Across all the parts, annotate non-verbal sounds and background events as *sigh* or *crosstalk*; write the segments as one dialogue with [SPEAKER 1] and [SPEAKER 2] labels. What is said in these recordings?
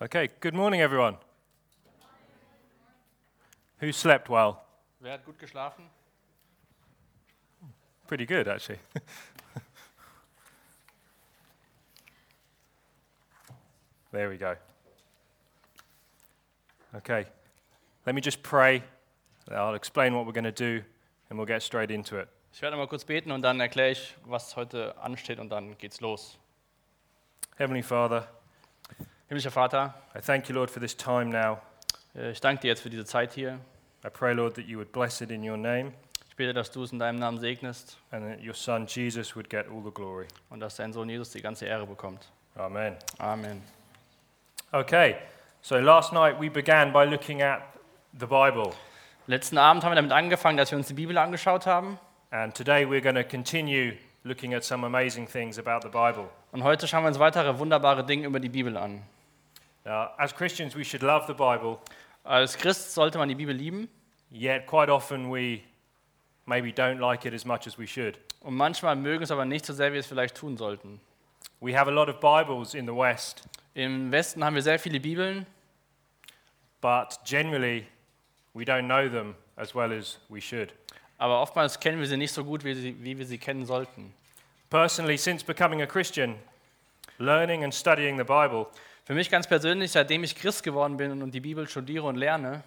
[SPEAKER 1] Okay, good morning, everyone. Who slept well?
[SPEAKER 2] Wer hat gut geschlafen?
[SPEAKER 1] Pretty good, actually. *laughs* there we go. Okay, let me just pray. I'll explain what we're going to do, and we'll get straight into it.
[SPEAKER 2] Ich werde mal kurz beten und dann erkläre ich, was heute ansteht und dann geht's los.
[SPEAKER 1] Heavenly Father,
[SPEAKER 2] Himmlischer Vater,
[SPEAKER 1] I thank you, Lord, for this time now.
[SPEAKER 2] äh, ich danke dir jetzt für diese Zeit hier.
[SPEAKER 1] I pray, Lord, that you would bless it in your name
[SPEAKER 2] Ich bete, dass du es in deinem Namen segnest
[SPEAKER 1] and that your Son Jesus would get all the glory.
[SPEAKER 2] und dass dein Sohn Jesus die ganze Ehre bekommt.
[SPEAKER 1] Amen.
[SPEAKER 2] Amen.
[SPEAKER 1] Okay, so last night we began by looking at the Bible,
[SPEAKER 2] Letzten Abend haben wir damit angefangen, dass wir uns die Bibel angeschaut haben.
[SPEAKER 1] and today we're going to continue looking at some amazing things about the Bible.
[SPEAKER 2] Und heute schauen wir uns weitere wunderbare Dinge über die Bibel an.
[SPEAKER 1] Now, Uh, as Christians, we should love the Bible,
[SPEAKER 2] Als Christ sollte man die Bibel lieben
[SPEAKER 1] yet quite often we maybe don't like it as much as we should.
[SPEAKER 2] und manchmal mögen es aber nicht so sehr, wie wir es vielleicht tun sollten.
[SPEAKER 1] We have a lot of Bibles in the West,
[SPEAKER 2] Im Westen haben wir sehr viele Bibeln,
[SPEAKER 1] but generally we don't know them as well as we should.
[SPEAKER 2] aber oftmals kennen wir sie nicht so gut, wie, sie, wie wir sie kennen sollten.
[SPEAKER 1] Personally, since becoming a Christian, learning and studying the Bible
[SPEAKER 2] Für mich ganz persönlich, seitdem ich Christ geworden bin und die Bibel studiere und lerne,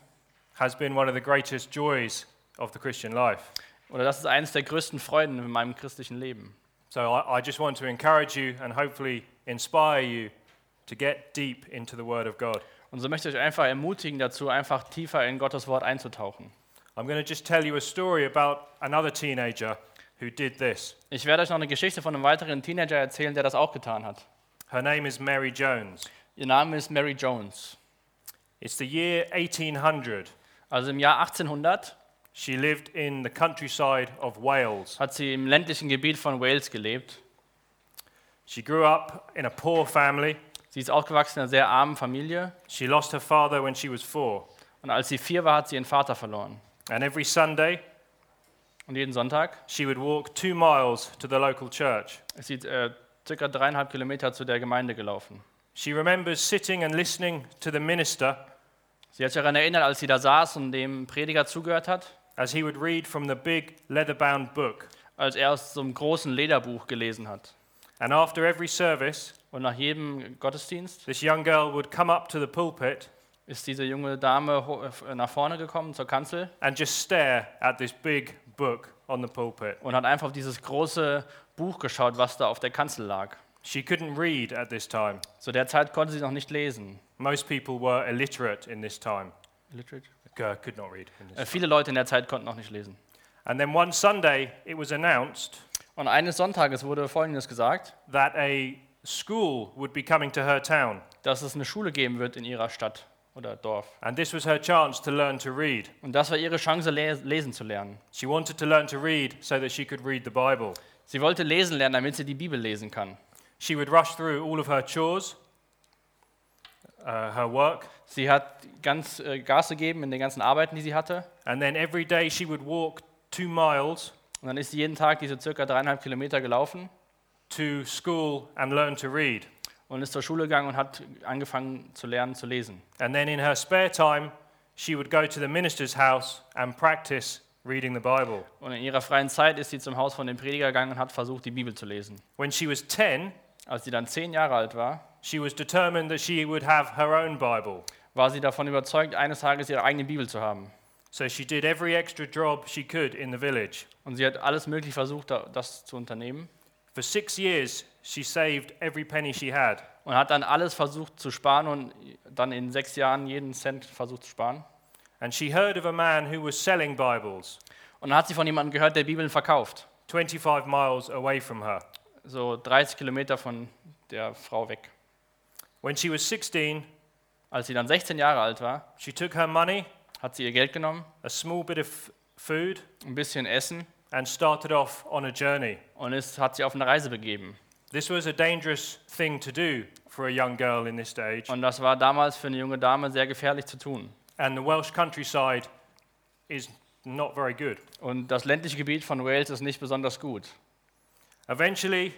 [SPEAKER 1] has been one of the greatest joys of the Christian life.
[SPEAKER 2] oder das ist eines der größten Freuden in meinem christlichen Leben.
[SPEAKER 1] So I, I just want to encourage you and hopefully inspire you to get deep into the Word of God.
[SPEAKER 2] Und so möchte ich euch einfach ermutigen dazu, einfach tiefer in Gottes Wort einzutauchen.
[SPEAKER 1] I'm going to just tell you a story about another teenager who did this.
[SPEAKER 2] Ich werde euch noch eine Geschichte von einem weiteren Teenager erzählen, der das auch getan hat.
[SPEAKER 1] Her name is Mary Jones.
[SPEAKER 2] Ihr Name ist Mary Jones.
[SPEAKER 1] It's the year 1800.
[SPEAKER 2] Also im Jahr 1800
[SPEAKER 1] She lived in the countryside of Wales.
[SPEAKER 2] hat sie im ländlichen Gebiet von Wales gelebt.
[SPEAKER 1] She grew up in a poor family.
[SPEAKER 2] Sie ist aufgewachsen in einer sehr armen Familie
[SPEAKER 1] She lost her father when she was four.
[SPEAKER 2] und als sie vier war, hat sie ihren Vater verloren.
[SPEAKER 1] And every Sunday,
[SPEAKER 2] Und jeden Sonntag
[SPEAKER 1] she would walk two miles to the local church.
[SPEAKER 2] ist sie äh, circa dreieinhalb Kilometer zu der Gemeinde gelaufen.
[SPEAKER 1] She remembers sitting and listening to the minister
[SPEAKER 2] Sie hat sich daran erinnert, als sie da saß und dem Prediger zugehört hat,
[SPEAKER 1] as he would read from the big leather bound book.
[SPEAKER 2] als er aus so einem großen Lederbuch gelesen hat.
[SPEAKER 1] And after every service,
[SPEAKER 2] Und nach jedem Gottesdienst
[SPEAKER 1] this young girl would come up to the pulpit
[SPEAKER 2] ist diese junge Dame ho- äh, nach vorne gekommen zur Kanzel
[SPEAKER 1] and just stare at this big book on the pulpit.
[SPEAKER 2] und hat einfach auf dieses große Buch geschaut, was da auf der Kanzel lag.
[SPEAKER 1] She couldn't read at this time.
[SPEAKER 2] Zu der Zeit konnte sie noch nicht lesen.
[SPEAKER 1] Most people were illiterate in this time.
[SPEAKER 2] Illiterate?
[SPEAKER 1] Uh, could not read. In
[SPEAKER 2] Äh,
[SPEAKER 1] this.
[SPEAKER 2] viele Leute in der Zeit konnten noch nicht lesen.
[SPEAKER 1] And then one Sunday, it was announced
[SPEAKER 2] Und eines Sonntages wurde Folgendes gesagt,
[SPEAKER 1] that a school would be coming to her town,
[SPEAKER 2] dass es eine Schule geben wird in ihrer Stadt oder Dorf.
[SPEAKER 1] and this was her chance to learn to read.
[SPEAKER 2] Und das war ihre Chance, le lesen zu lernen.
[SPEAKER 1] She wanted to learn to read so that she could read the Bible.
[SPEAKER 2] Sie wollte lesen lernen, damit sie die Bibel lesen kann.
[SPEAKER 1] She would rush through all of her chores, uh, her work,
[SPEAKER 2] Sie hat ganz äh, Gas gegeben in den ganzen Arbeiten, die sie hatte.
[SPEAKER 1] and then every day she would walk two miles
[SPEAKER 2] Und dann ist sie jeden Tag diese circa dreieinhalb Kilometer gelaufen
[SPEAKER 1] to school and learn to read.
[SPEAKER 2] und ist zur Schule gegangen und hat angefangen zu lernen, zu lesen.
[SPEAKER 1] And then in her spare time, she would go to the minister's house and practice reading the Bible.
[SPEAKER 2] Und in ihrer freien Zeit ist sie zum Haus von dem Prediger gegangen und hat versucht, die Bibel zu lesen.
[SPEAKER 1] When she was 10,
[SPEAKER 2] Als sie dann zehn Jahre alt war,
[SPEAKER 1] she was determined that she would have her own Bible.
[SPEAKER 2] war sie davon überzeugt, eines Tages ihre eigene Bibel zu haben.
[SPEAKER 1] So she did every extra job she could in the village.
[SPEAKER 2] Und sie hat alles Mögliche versucht, da- das zu unternehmen.
[SPEAKER 1] For six years, she saved every penny she had.
[SPEAKER 2] Und hat dann alles versucht zu sparen und dann in sechs Jahren jeden Cent versucht zu sparen.
[SPEAKER 1] And she heard of a man who was selling Bibles
[SPEAKER 2] Und dann hat sie von jemandem gehört, der Bibeln verkauft.
[SPEAKER 1] 25 miles away from her.
[SPEAKER 2] so 30 Kilometer von der Frau weg.
[SPEAKER 1] When she was 16,
[SPEAKER 2] Als sie dann 16 Jahre alt war,
[SPEAKER 1] she took her money,
[SPEAKER 2] hat sie ihr Geld genommen,
[SPEAKER 1] a small bit of f- food,
[SPEAKER 2] ein bisschen Essen
[SPEAKER 1] and started off on a journey.
[SPEAKER 2] und ist, hat sie auf eine Reise begeben.
[SPEAKER 1] This was a dangerous thing to do for a young girl in this stage,
[SPEAKER 2] Und das war damals für eine junge Dame sehr gefährlich zu tun.
[SPEAKER 1] and the Welsh countryside is not very good.
[SPEAKER 2] Und das ländliche Gebiet von Wales ist nicht besonders gut.
[SPEAKER 1] Eventually,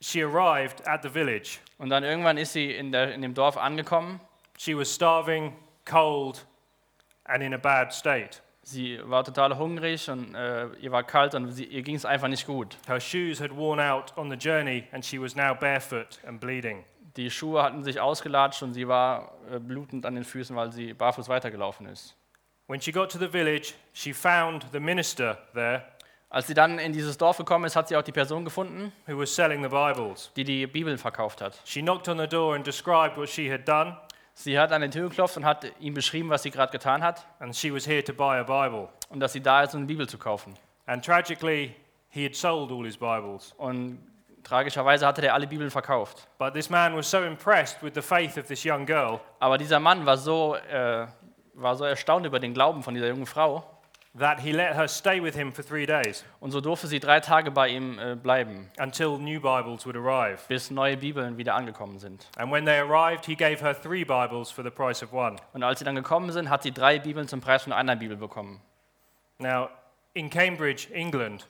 [SPEAKER 1] she arrived at the village,
[SPEAKER 2] Und dann irgendwann ist sie in, der, in dem Dorf angekommen
[SPEAKER 1] She was starving, cold, and in a bad state.
[SPEAKER 2] Sie war total hungrig und äh, ihr war kalt und sie, ihr ging es einfach nicht gut.
[SPEAKER 1] Her shoes had worn out on the journey, and she was now barefoot and bleeding.
[SPEAKER 2] Die Schuhe hatten sich ausgelatscht und sie war äh, blutend an den Füßen, weil sie barfuß weitergelaufen ist.
[SPEAKER 1] When she got to the village, she found the minister there
[SPEAKER 2] Als sie dann in dieses Dorf gekommen ist, hat sie auch die Person gefunden,
[SPEAKER 1] who was selling the Bibles.
[SPEAKER 2] die die Bibel verkauft hat.
[SPEAKER 1] She knocked on the door and described what she had done,
[SPEAKER 2] Sie hat an den Tür geklopft und hat ihm beschrieben, was sie gerade getan hat
[SPEAKER 1] and she was here to buy a Bible.
[SPEAKER 2] und dass sie da ist, um die Bibel zu kaufen.
[SPEAKER 1] And tragically, he had sold all his Bibles.
[SPEAKER 2] Und tragischerweise hatte der alle Bibeln verkauft.
[SPEAKER 1] But this man was so impressed with the faith of this young girl
[SPEAKER 2] Aber dieser Mann war so, äh, war so erstaunt über den Glauben von dieser jungen Frau
[SPEAKER 1] that he let her stay with him for three days
[SPEAKER 2] und so durfte sie drei Tage bei ihm äh, bleiben,
[SPEAKER 1] until new Bibles would arrive.
[SPEAKER 2] bis neue Bibeln wieder angekommen sind.
[SPEAKER 1] And when they arrived, he gave her three Bibles for the price of one.
[SPEAKER 2] Und als sie dann gekommen sind, hat sie drei Bibeln zum Preis von einer Bibel bekommen.
[SPEAKER 1] Now, in Cambridge, England,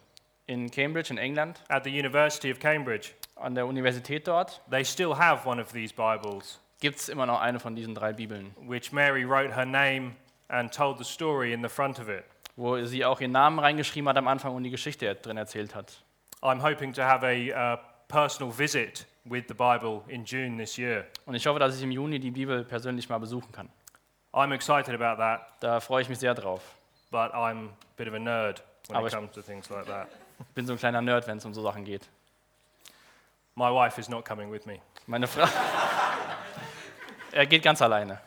[SPEAKER 2] In Cambridge, in England,
[SPEAKER 1] at the University of Cambridge,
[SPEAKER 2] an der Universität dort,
[SPEAKER 1] they still have one of these Bibles,
[SPEAKER 2] gibt es immer noch eine von diesen drei Bibeln,
[SPEAKER 1] which Mary wrote her name and told the story in the front of it.
[SPEAKER 2] wo sie auch ihren Namen reingeschrieben hat am Anfang und die Geschichte drin erzählt hat.
[SPEAKER 1] I'm hoping to have a uh, personal visit with the Bible in June this year.
[SPEAKER 2] Und ich hoffe, dass ich im Juni die Bibel persönlich mal besuchen kann.
[SPEAKER 1] I'm excited about that.
[SPEAKER 2] Da freue ich mich sehr drauf.
[SPEAKER 1] but I'm a bit of a nerd when
[SPEAKER 2] I
[SPEAKER 1] it
[SPEAKER 2] was-
[SPEAKER 1] comes to things like that.
[SPEAKER 2] Ich bin so ein kleiner Nerd, wenn es um so Sachen geht.
[SPEAKER 1] My wife is not coming with me.
[SPEAKER 2] Meine Frau. *laughs* er geht ganz alleine.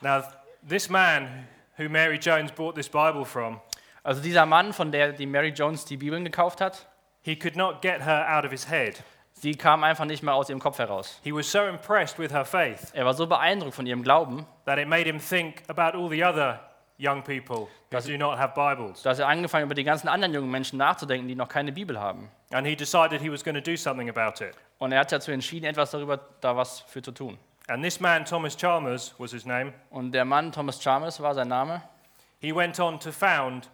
[SPEAKER 1] Now, th- this man who Mary Jones bought this Bible from,
[SPEAKER 2] Also dieser Mann, von der die Mary Jones die Bibeln gekauft hat,
[SPEAKER 1] he could not get her out of his head.
[SPEAKER 2] sie kam einfach nicht mehr aus ihrem Kopf heraus.
[SPEAKER 1] He was so impressed with her faith
[SPEAKER 2] Er war so beeindruckt von ihrem Glauben,
[SPEAKER 1] that it made him think about all the other young people who do not have Bibles.
[SPEAKER 2] dass er angefangen über die ganzen anderen jungen Menschen nachzudenken, die noch keine Bibel haben.
[SPEAKER 1] And he decided he was going to do something about it.
[SPEAKER 2] Und er hat dazu entschieden, etwas darüber, da was für zu tun.
[SPEAKER 1] And this man, Thomas Chalmers was his name,
[SPEAKER 2] Und der Mann, Thomas Chalmers, war sein Name.
[SPEAKER 1] he went on to found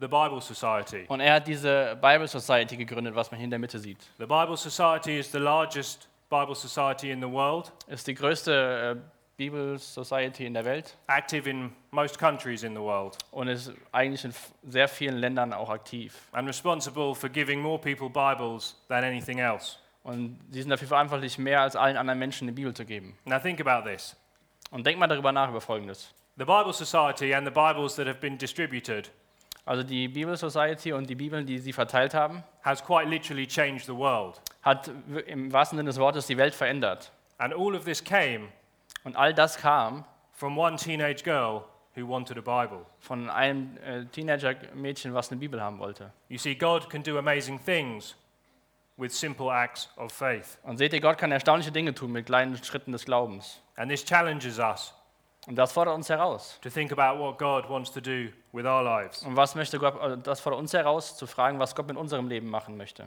[SPEAKER 1] the Bible Society.
[SPEAKER 2] Und er hat diese Bible Society gegründet, was man hier in der Mitte sieht.
[SPEAKER 1] The Bible Society is the largest Bible society in the world.
[SPEAKER 2] Ist die größte äh, Bibel Society in der Welt
[SPEAKER 1] active in most countries in the world
[SPEAKER 2] und ist eigentlich in f- sehr vielen Ländern auch aktiv.
[SPEAKER 1] and responsible for giving more people Bibles than anything else.
[SPEAKER 2] Und sie sind dafür verantwortlich, mehr als allen anderen Menschen eine Bibel zu geben.
[SPEAKER 1] Now, think about this
[SPEAKER 2] Und denk mal darüber nach über Folgendes.
[SPEAKER 1] the Bible Society and the Bibles that have been distributed
[SPEAKER 2] Also die Bibel Society und die Bibeln, die sie verteilt haben,
[SPEAKER 1] has quite literally changed the world.
[SPEAKER 2] hat w- im wahrsten Sinne des Wortes die Welt verändert.
[SPEAKER 1] And all of this came
[SPEAKER 2] Und all das kam
[SPEAKER 1] from one teenage girl who wanted a Bible.
[SPEAKER 2] von einem äh, Teenager-Mädchen, was eine Bibel haben wollte.
[SPEAKER 1] You see, God can do amazing things with simple acts of faith.
[SPEAKER 2] Und seht ihr, Gott kann erstaunliche Dinge tun mit kleinen Schritten des Glaubens.
[SPEAKER 1] And this challenges us
[SPEAKER 2] Und das fordert uns heraus.
[SPEAKER 1] to think about what God wants to do with our lives.
[SPEAKER 2] Und was möchte Gott, äh, das fordert uns heraus, zu fragen, was Gott mit unserem Leben machen möchte.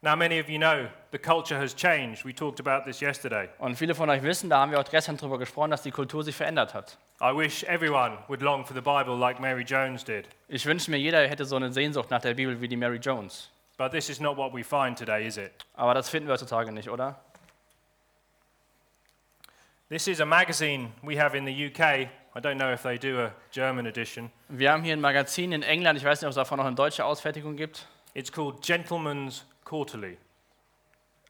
[SPEAKER 1] Now, many of you know the culture has changed. We talked about this yesterday.
[SPEAKER 2] Und viele von euch wissen, da haben wir auch gestern drüber gesprochen, dass die Kultur sich verändert hat.
[SPEAKER 1] I wish everyone would long for the Bible like Mary Jones did.
[SPEAKER 2] Ich wünsche mir, jeder hätte so eine Sehnsucht nach der Bibel wie die Mary Jones.
[SPEAKER 1] But this is not what we find today, is it?
[SPEAKER 2] Aber das finden wir heutzutage nicht, oder?
[SPEAKER 1] This is a magazine we have in the UK. I don't know if they do a German edition.
[SPEAKER 2] Wir haben hier ein Magazin in England, ich weiß nicht, ob es davon noch eine deutsche Ausfertigung gibt.
[SPEAKER 1] It's called Gentleman's Quarterly.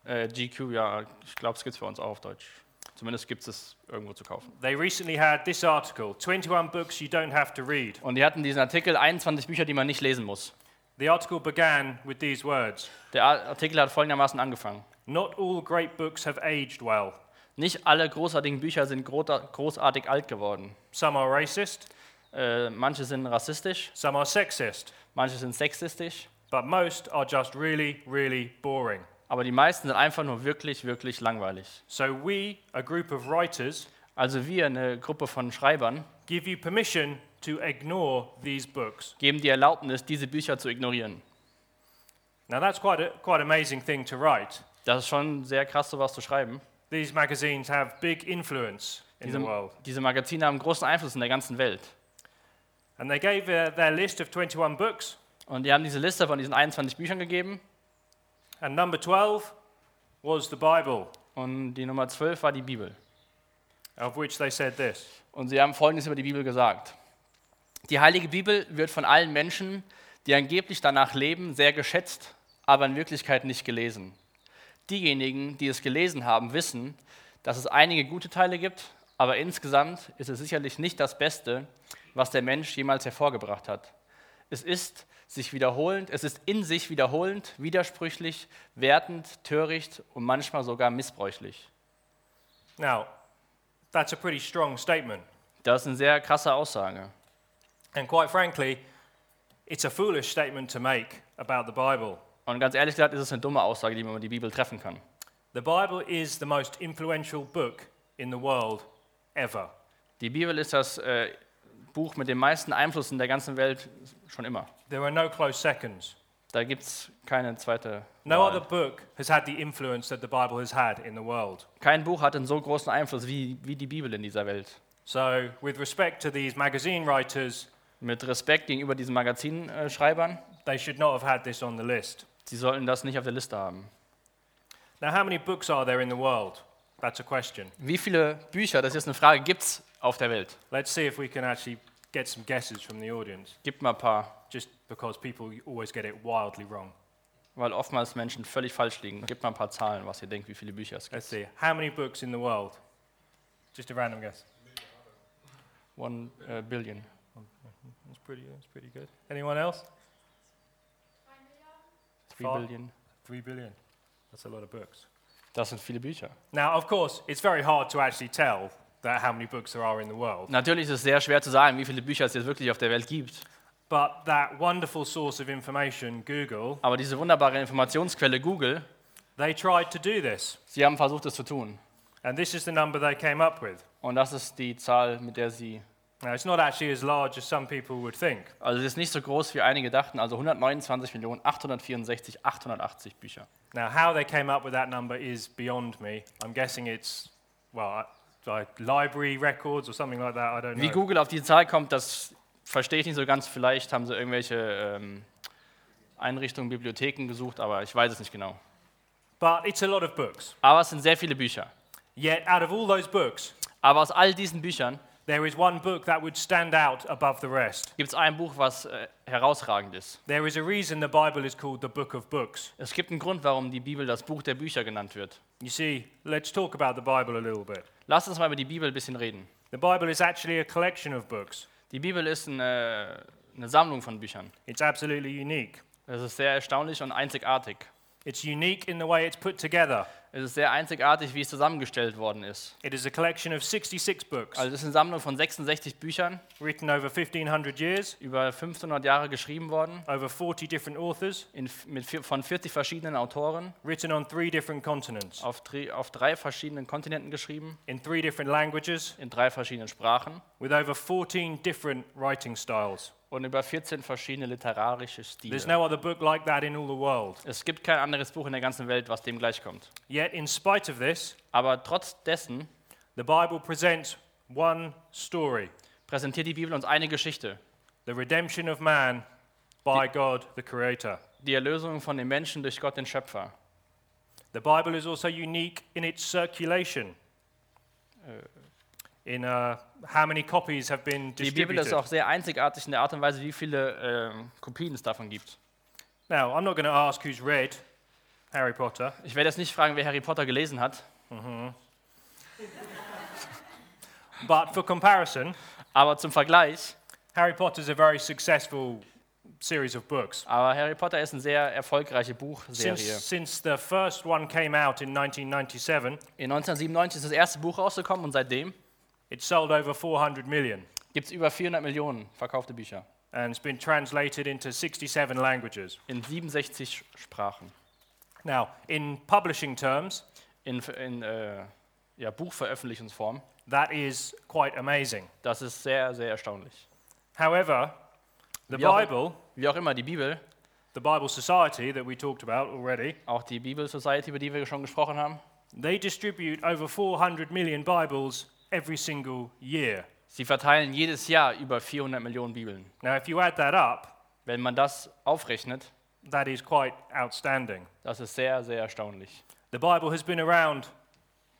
[SPEAKER 2] Äh, GQ, ja, ich glaube, es gibt es für uns auch auf Deutsch. Zumindest gibt es es irgendwo zu kaufen.
[SPEAKER 1] They recently had this article 21 books you don't have to read.
[SPEAKER 2] Und die hatten diesen Artikel 21 Bücher, die man nicht lesen muss.
[SPEAKER 1] The article began with these words
[SPEAKER 2] Der Ar- Artikel hat folgendermaßen angefangen.
[SPEAKER 1] Not all great books have aged well.
[SPEAKER 2] Nicht alle großartigen Bücher sind grota- großartig alt geworden.
[SPEAKER 1] Some are racist,
[SPEAKER 2] Äh, manche sind rassistisch,
[SPEAKER 1] some are sexist,
[SPEAKER 2] manche sind sexistisch,
[SPEAKER 1] but most are just really, really boring.
[SPEAKER 2] aber die meisten sind einfach nur wirklich, wirklich langweilig.
[SPEAKER 1] So, we, a group of writers,
[SPEAKER 2] Also wir, eine Gruppe von Schreibern,
[SPEAKER 1] give you permission to ignore these books.
[SPEAKER 2] geben die Erlaubnis, diese Bücher zu ignorieren.
[SPEAKER 1] Now that's quite a quite amazing thing to write.
[SPEAKER 2] Das ist schon sehr krass, sowas zu schreiben.
[SPEAKER 1] These magazines have big influence in the
[SPEAKER 2] Diese,
[SPEAKER 1] world.
[SPEAKER 2] diese Magazine haben großen Einfluss in der ganzen Welt.
[SPEAKER 1] And they gave uh, their list of 21 books,
[SPEAKER 2] Und die haben diese Liste von diesen 21 Büchern gegeben.
[SPEAKER 1] and number 12 was the Bible.
[SPEAKER 2] Und die Nummer 12 war die Bibel.
[SPEAKER 1] of which they said this
[SPEAKER 2] Und sie haben Folgendes über die Bibel gesagt. Die Heilige Bibel wird von allen Menschen, die angeblich danach leben, sehr geschätzt, aber in Wirklichkeit nicht gelesen. Diejenigen, die es gelesen haben, wissen, dass es einige gute Teile gibt, aber insgesamt ist es sicherlich nicht das Beste, was der Mensch jemals hervorgebracht hat. Es ist sich wiederholend, es ist in sich wiederholend, widersprüchlich, wertend, töricht und manchmal sogar missbräuchlich.
[SPEAKER 1] Now, that's a pretty strong statement.
[SPEAKER 2] Das ist eine sehr krasse Aussage.
[SPEAKER 1] And quite frankly, it's a foolish statement to make about the Bible.
[SPEAKER 2] Und ganz ehrlich gesagt ist es eine dumme Aussage, die man über die Bibel treffen kann.
[SPEAKER 1] The Bible is the most influential book in the world ever.
[SPEAKER 2] Die Bibel ist das äh, Buch mit dem meisten Einfluss in der ganzen Welt schon immer.
[SPEAKER 1] There are no close seconds.
[SPEAKER 2] Da gibt es keine zweite.
[SPEAKER 1] No
[SPEAKER 2] Wahl.
[SPEAKER 1] other book has had the influence that the Bible has had in the world.
[SPEAKER 2] Kein Buch hat einen so großen Einfluss wie, wie die Bibel in dieser Welt.
[SPEAKER 1] So, with respect to these magazine writers,
[SPEAKER 2] Mit Respekt gegenüber diesen Magazinschreibern,
[SPEAKER 1] they should not have had this on the list.
[SPEAKER 2] sie sollten das nicht auf der Liste haben.
[SPEAKER 1] Now, how many books are there in the world? That's a question.
[SPEAKER 2] Wie viele Bücher, das ist jetzt eine Frage, gibt es auf der Welt?
[SPEAKER 1] Let's see if we can actually get some guesses from the audience,
[SPEAKER 2] Gibt mal ein paar,
[SPEAKER 1] just because people always get it wildly wrong.
[SPEAKER 2] weil oftmals Menschen völlig falsch liegen. Gibt mal ein paar Zahlen, was ihr denkt, wie viele Bücher es gibt.
[SPEAKER 1] Let's see. How many books in the world? Just a random guess.
[SPEAKER 2] One äh, billion.
[SPEAKER 1] That's pretty, that's pretty good. Anyone else?
[SPEAKER 2] Three
[SPEAKER 1] Four.
[SPEAKER 2] billion.
[SPEAKER 1] Three billion. That's a lot of books.
[SPEAKER 2] Das sind viele Bücher.
[SPEAKER 1] Now, of course, it's very hard to actually tell that how many books there are in the world.
[SPEAKER 2] Natürlich ist es sehr schwer zu sagen, wie viele Bücher es jetzt wirklich auf der Welt gibt.
[SPEAKER 1] But that wonderful source of information, Google,
[SPEAKER 2] Aber diese wunderbare Informationsquelle Google,
[SPEAKER 1] they tried to do this.
[SPEAKER 2] sie haben versucht, es zu tun.
[SPEAKER 1] And this is the number they came up with.
[SPEAKER 2] Und das ist die Zahl, mit der sie.
[SPEAKER 1] Now, it's not actually as large as some people would think.
[SPEAKER 2] Also, es ist nicht so groß, wie einige dachten. Also 129.864.880 Bücher.
[SPEAKER 1] Now, how they came up with that number is beyond me. I'm guessing it's, well, I- like library records or something like that. I don't
[SPEAKER 2] Wie
[SPEAKER 1] know.
[SPEAKER 2] Google auf die Zahl kommt, das verstehe ich nicht so ganz. Vielleicht haben sie irgendwelche ähm, Einrichtungen, Bibliotheken gesucht, aber ich weiß es nicht genau.
[SPEAKER 1] But it's a lot of books.
[SPEAKER 2] Aber es sind sehr viele Bücher.
[SPEAKER 1] Yet, out of all those books,
[SPEAKER 2] Aber aus all diesen Büchern
[SPEAKER 1] there is one book that would stand out above the rest.
[SPEAKER 2] gibt es ein Buch, was äh, herausragend ist.
[SPEAKER 1] There is a reason the Bible is called the book of books.
[SPEAKER 2] Es gibt einen Grund, warum die Bibel das Buch der Bücher genannt wird.
[SPEAKER 1] You see, let's talk about the Bible a little bit.
[SPEAKER 2] Lasst uns mal über die Bibel ein bisschen reden.
[SPEAKER 1] The Bible is actually a collection of books.
[SPEAKER 2] Die Bibel ist eine, eine Sammlung von Büchern.
[SPEAKER 1] It's absolutely unique.
[SPEAKER 2] Es ist sehr erstaunlich und einzigartig.
[SPEAKER 1] It's unique in the way it's put together.
[SPEAKER 2] Es ist sehr einzigartig, wie es zusammengestellt worden ist.
[SPEAKER 1] It is a collection of 66 books
[SPEAKER 2] Also es ist eine Sammlung von 66 Büchern,
[SPEAKER 1] written over 1500 years,
[SPEAKER 2] über 1500 Jahre geschrieben worden,
[SPEAKER 1] over 40 different authors,
[SPEAKER 2] in, mit, vier- von 40 verschiedenen Autoren,
[SPEAKER 1] written on three different continents,
[SPEAKER 2] auf, dre- auf drei verschiedenen Kontinenten geschrieben,
[SPEAKER 1] in three different languages,
[SPEAKER 2] in drei verschiedenen Sprachen
[SPEAKER 1] with over 14 different writing styles.
[SPEAKER 2] und über 14 verschiedene literarische
[SPEAKER 1] There's
[SPEAKER 2] Stile.
[SPEAKER 1] no other book like that in all the world.
[SPEAKER 2] Es gibt kein anderes Buch in der ganzen Welt, was dem gleichkommt.
[SPEAKER 1] Yet, in spite of this,
[SPEAKER 2] Aber trotz dessen
[SPEAKER 1] the Bible presents one story
[SPEAKER 2] präsentiert die Bibel uns eine Geschichte.
[SPEAKER 1] the redemption of man by God the Creator.
[SPEAKER 2] Die Erlösung von den Menschen durch Gott, den Schöpfer.
[SPEAKER 1] The Bible is also unique in its circulation. In uh, how many copies have been
[SPEAKER 2] Die Bibel ist
[SPEAKER 1] distributed?
[SPEAKER 2] auch sehr einzigartig in der Art und Weise, wie viele ähm, Kopien es davon gibt.
[SPEAKER 1] Now, I'm not going to ask who's read Harry Potter,
[SPEAKER 2] Ich werde jetzt nicht fragen, wer Harry Potter gelesen hat,
[SPEAKER 1] but for comparison,
[SPEAKER 2] aber zum Vergleich,
[SPEAKER 1] Harry Potter's a very successful series of books.
[SPEAKER 2] aber Harry Potter ist eine sehr erfolgreiche
[SPEAKER 1] Since,
[SPEAKER 2] Buchserie.
[SPEAKER 1] since the first one came out in 1997,
[SPEAKER 2] In 1997 ist das erste Buch rausgekommen und seitdem
[SPEAKER 1] it sold over 400 million
[SPEAKER 2] gibt es über 400 Millionen verkaufte Bücher
[SPEAKER 1] and it's been translated into 67 languages.
[SPEAKER 2] in 67 Sprachen.
[SPEAKER 1] Now, in publishing terms,
[SPEAKER 2] In, in äh, ja, Buchveröffentlichungsform.
[SPEAKER 1] that is quite amazing.
[SPEAKER 2] Das ist sehr, sehr erstaunlich.
[SPEAKER 1] However, the
[SPEAKER 2] Ja, aber-
[SPEAKER 1] Bible,
[SPEAKER 2] Wie auch immer, die Bibel,
[SPEAKER 1] the Bible Society that we talked about already,
[SPEAKER 2] auch die Bibel Society, über die wir schon gesprochen haben,
[SPEAKER 1] they distribute over 400 million Bibles every single year.
[SPEAKER 2] Sie verteilen jedes Jahr über 400 Millionen Bibeln.
[SPEAKER 1] Now, if you add that up,
[SPEAKER 2] Wenn man das aufrechnet,
[SPEAKER 1] that is quite outstanding.
[SPEAKER 2] das ist sehr, sehr erstaunlich.
[SPEAKER 1] The Bible has been around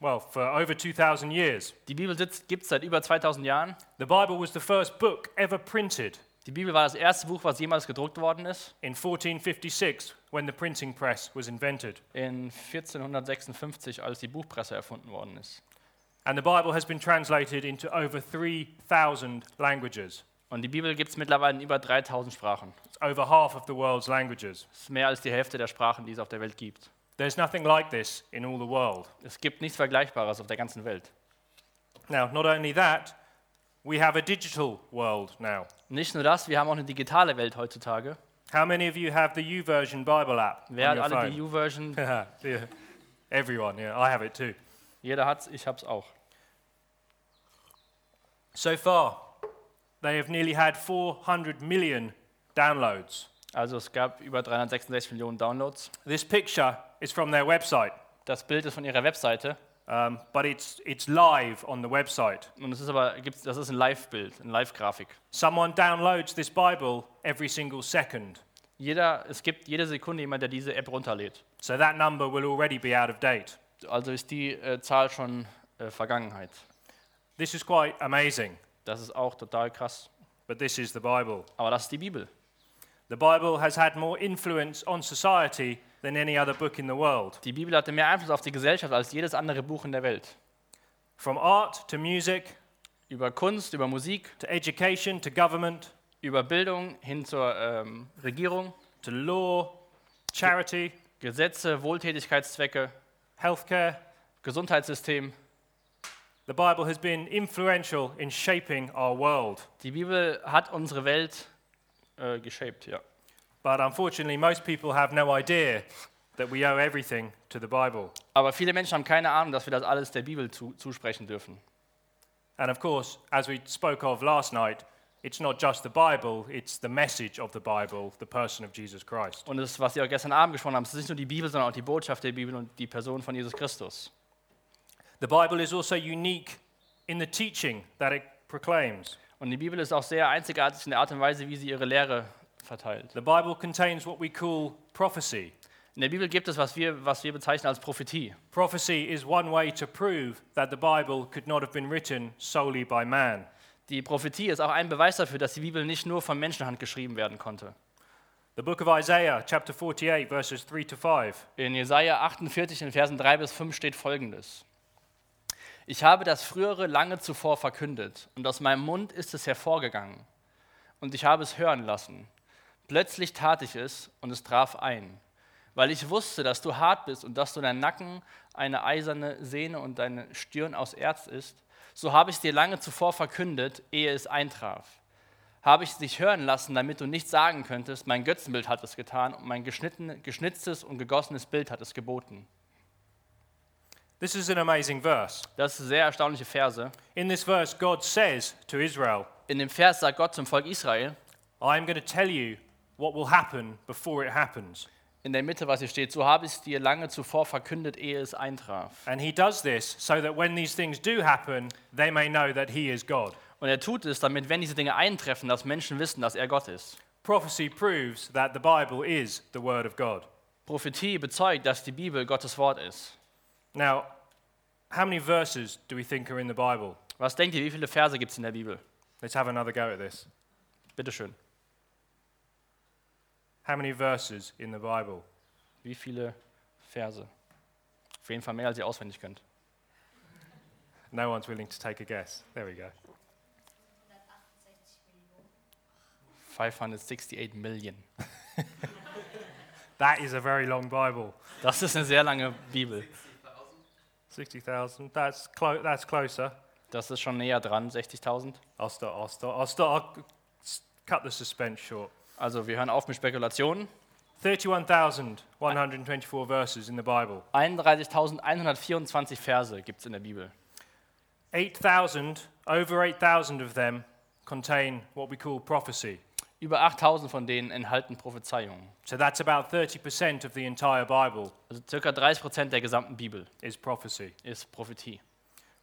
[SPEAKER 1] well, for over 2,000 years.
[SPEAKER 2] Die Bibel gibt es seit über 2000 Jahren.
[SPEAKER 1] The Bible was the first book ever printed
[SPEAKER 2] Die Bibel war das erste Buch, was jemals gedruckt worden ist.
[SPEAKER 1] in 1456 when the printing press was invented.
[SPEAKER 2] In 1456, als die Buchpresse erfunden worden ist.
[SPEAKER 1] And the Bible has been translated into over 3,000 languages.
[SPEAKER 2] Und die Bibel gibt es mittlerweile in über 3000 Sprachen.
[SPEAKER 1] It's over half of the world's languages.
[SPEAKER 2] Das ist mehr als die Hälfte der Sprachen, die es auf der Welt gibt.
[SPEAKER 1] There's nothing like this in all the world.
[SPEAKER 2] Es gibt nichts Vergleichbares auf der ganzen Welt.
[SPEAKER 1] Now, not only that, we have a digital world now.
[SPEAKER 2] Nicht nur das, wir haben auch eine digitale Welt heutzutage.
[SPEAKER 1] How many of you have the YouVersion Bible app
[SPEAKER 2] Wer
[SPEAKER 1] on
[SPEAKER 2] hat
[SPEAKER 1] your
[SPEAKER 2] alle
[SPEAKER 1] phone?
[SPEAKER 2] die U-Version?
[SPEAKER 1] *laughs* yeah. Everyone, yeah, I have it too.
[SPEAKER 2] Jeder hat's, ich hab's auch.
[SPEAKER 1] So far, they have nearly had 400 million downloads.
[SPEAKER 2] Also es gab über 366 Millionen Downloads.
[SPEAKER 1] This picture is from their website,
[SPEAKER 2] Das Bild ist von ihrer Webseite
[SPEAKER 1] um, but it's, it's live on the website.
[SPEAKER 2] und es ist aber gibt's, das ist ein Live-Bild, eine Live-Grafik.
[SPEAKER 1] Someone downloads this Bible every single second,
[SPEAKER 2] Jeder, es gibt jede Sekunde jemand, der diese App runterlädt.
[SPEAKER 1] so that number will already be out of date.
[SPEAKER 2] Also ist die äh, Zahl schon äh, Vergangenheit.
[SPEAKER 1] This is quite amazing,
[SPEAKER 2] Das ist auch total krass.
[SPEAKER 1] but this is the Bible.
[SPEAKER 2] Aber das ist die Bibel.
[SPEAKER 1] The Bible has had more influence on society than any other book in the world.
[SPEAKER 2] Die Bibel hatte mehr Einfluss auf die Gesellschaft als jedes andere Buch in der Welt.
[SPEAKER 1] From art to music
[SPEAKER 2] Über Kunst, über Musik,
[SPEAKER 1] to education to government
[SPEAKER 2] über Bildung hin zur ähm, Regierung,
[SPEAKER 1] to law, charity,
[SPEAKER 2] Gesetze, Wohltätigkeitszwecke,
[SPEAKER 1] healthcare.
[SPEAKER 2] Gesundheitssystem.
[SPEAKER 1] The Bible has been influential in shaping our world.
[SPEAKER 2] Die Bibel hat unsere Welt äh, geshaped, ja.
[SPEAKER 1] But unfortunately, most people have no idea that we owe everything to the Bible.
[SPEAKER 2] Aber viele Menschen haben keine Ahnung, dass wir das alles der Bibel zu, zusprechen dürfen.
[SPEAKER 1] And of course, as we spoke of last night, it's not just the Bible, it's the message of the Bible, the person of Jesus Christ.
[SPEAKER 2] Und das, was Sie auch gestern Abend gesprochen haben, es ist nicht nur die Bibel, sondern auch die Botschaft der Bibel und die Person von Jesus Christus.
[SPEAKER 1] The Bible is also unique in the teaching that it proclaims.
[SPEAKER 2] Und die Bibel ist auch sehr einzigartig in der Art und Weise, wie sie ihre Lehre verteilt.
[SPEAKER 1] The Bible contains what we call prophecy.
[SPEAKER 2] In der Bibel gibt es, was wir, was wir bezeichnen als Prophetie.
[SPEAKER 1] Prophecy is one way to prove that the Bible could not have been written solely by man.
[SPEAKER 2] Die Prophetie ist auch ein Beweis dafür, dass die Bibel nicht nur von Menschenhand geschrieben werden konnte.
[SPEAKER 1] The book of Isaiah, chapter 48, verses 3 to 5.
[SPEAKER 2] In Jesaja 48, in Versen 3 bis 5 steht folgendes: Ich habe das Frühere lange zuvor verkündet, und aus meinem Mund ist es hervorgegangen. Und ich habe es hören lassen. Plötzlich tat ich es, und es traf ein. Weil ich wusste, dass du hart bist und dass du dein Nacken eine eiserne Sehne und deine Stirn aus Erz ist, so habe ich es dir lange zuvor verkündet, ehe es eintraf habe ich dich hören lassen, damit du nicht sagen könntest, mein Götzenbild hat es getan und mein geschnitten, geschnitztes und gegossenes Bild hat es geboten.
[SPEAKER 1] This is an amazing verse.
[SPEAKER 2] Das ist eine sehr erstaunliche Verse.
[SPEAKER 1] In this verse, God says to Israel,
[SPEAKER 2] In dem Vers sagt Gott zum Volk Israel,
[SPEAKER 1] I'm going to tell you what will happen before it happens.
[SPEAKER 2] in der Mitte, was hier steht, so habe ich es dir lange zuvor verkündet, ehe es eintraf.
[SPEAKER 1] And he does this so that when these things do happen, they may know that he is God.
[SPEAKER 2] Und er tut es, damit, wenn diese Dinge eintreffen, dass Menschen wissen, dass er Gott ist.
[SPEAKER 1] Prophecy proves that the Bible is the Word of God.
[SPEAKER 2] Prophetie bezeugt, dass die Bibel Gottes Wort ist.
[SPEAKER 1] Now, how many verses do we think are in the Bible?
[SPEAKER 2] Was denkt ihr, wie viele Verse gibt es in der Bibel?
[SPEAKER 1] Let's have another go at this.
[SPEAKER 2] Bitteschön.
[SPEAKER 1] How many verses in the Bible?
[SPEAKER 2] Wie viele Verse? Auf jeden Fall mehr, als ihr auswendig könnt.
[SPEAKER 1] No one's willing to take a guess. There we go.
[SPEAKER 2] 568 Millionen.
[SPEAKER 1] That is a very long Bible.
[SPEAKER 2] Das ist eine sehr lange Bibel.
[SPEAKER 1] 60,000. That's, clo- that's closer.
[SPEAKER 2] Das ist schon näher dran, 60.000.
[SPEAKER 1] I'll start. I'll start. I'll start. I'll s- cut the suspense short.
[SPEAKER 2] Also wir hören auf mit Spekulationen.
[SPEAKER 1] 31,124 verses in the Bible.
[SPEAKER 2] 31.124 Verse gibt es in der Bibel.
[SPEAKER 1] 8,000, over 8,000 of them contain what we call prophecy.
[SPEAKER 2] Über 8.000 von denen enthalten Prophezeiungen.
[SPEAKER 1] So that's about 30% of the entire Bible
[SPEAKER 2] Also circa 30 Prozent der gesamten Bibel
[SPEAKER 1] is prophecy.
[SPEAKER 2] ist Prophetie.